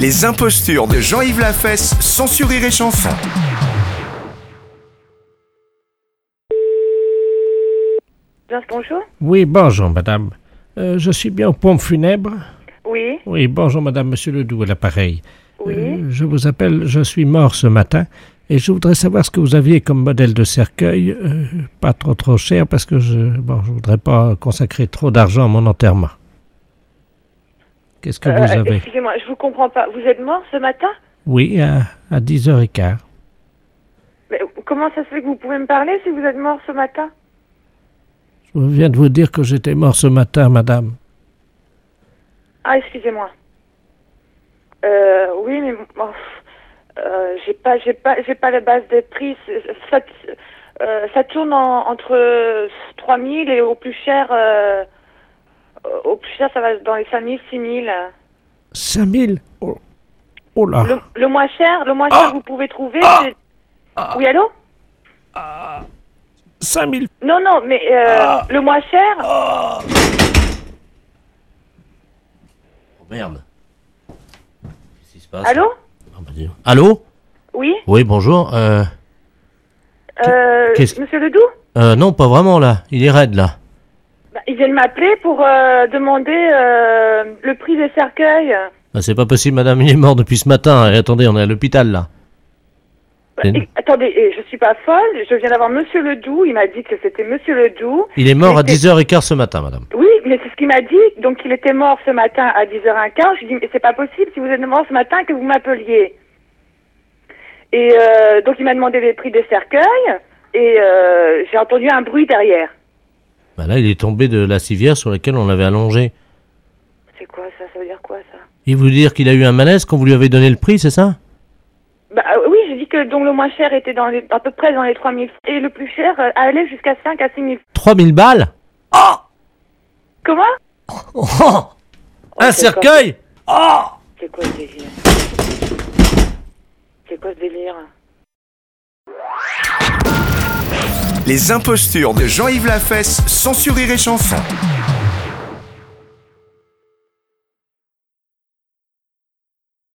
Les impostures de Jean-Yves Lafesse, sans sourire et chanson. Bonjour. Oui, bonjour, madame. Euh, je suis bien aux pompes funèbres. Oui, Oui, bonjour, madame, monsieur Ledoux à l'appareil. oui. Euh, je vous appelle, je suis mort ce matin, et je voudrais savoir ce que vous aviez comme modèle de cercueil, euh, pas trop trop cher, parce que je bon, je voudrais pas consacrer trop d'argent à mon enterrement. Qu'est-ce que Euh, vous avez Excusez-moi, je vous comprends pas. Vous êtes mort ce matin Oui, à, à 10h15. Mais Comment ça se fait que vous pouvez me parler si vous êtes mort ce matin Je viens de vous dire que j'étais mort ce matin, madame. Ah, excusez-moi. Euh, oui, mais bon, euh, j'ai pas, j'ai pas, j'ai pas la base des prix. C'est- Ça, euh, ça tourne en- entre 3000 et au plus cher, euh, au plus cher, ça va dans les 5000, 6000. 5000 oh, oh là Le, le moins cher, le moins Ah. cher que vous pouvez trouver. c'est- oui, allô 5000 Non, non, mais euh, Ah. le moins cher, Oh, merde. Qu'est-ce qui se passe allô Ah, bah, dis donc. Allô Oui Oui, bonjour. Euh, Euh, Qu'est-ce- Monsieur Ledoux euh, non, pas vraiment là. Il est raide là. Bah, Il vient de m'appeler pour euh, demander euh, le prix des cercueils. Ah, c'est pas possible, madame. Il est mort depuis ce matin. Et attendez, on est à l'hôpital là. Bah, C'est- et- attendez, et je suis pas folle, je viens d'avoir Monsieur Ledoux, il m'a dit que c'était Monsieur Ledoux. Il est mort à Mais 10h15 ce matin, madame. Oui, mais c'est ce qu'il m'a dit, donc il était mort ce matin à 10h15. Je lui ai dit, mais c'est pas possible si vous êtes mort ce matin que vous m'appeliez. Et euh, donc il m'a demandé les prix des cercueils, et euh, j'ai entendu un bruit derrière. Bah, là, il est tombé de la civière sur laquelle on l'avait allongé. C'est quoi ça Ça veut dire quoi ça Il vous dire qu'il a eu un malaise quand vous lui avez donné le prix, c'est ça Bah euh, oui, j'ai dit que donc le moins cher était dans les, à peu près dans les 3000 francs et le plus cher euh, allait jusqu'à 5 à 6000 francs. 3000 balles Comment Oh Un c'est cercueil C'est quoi ce délire C'est quoi ce délire Les impostures de Jean-Yves Lafesse, sans sourire et chanson.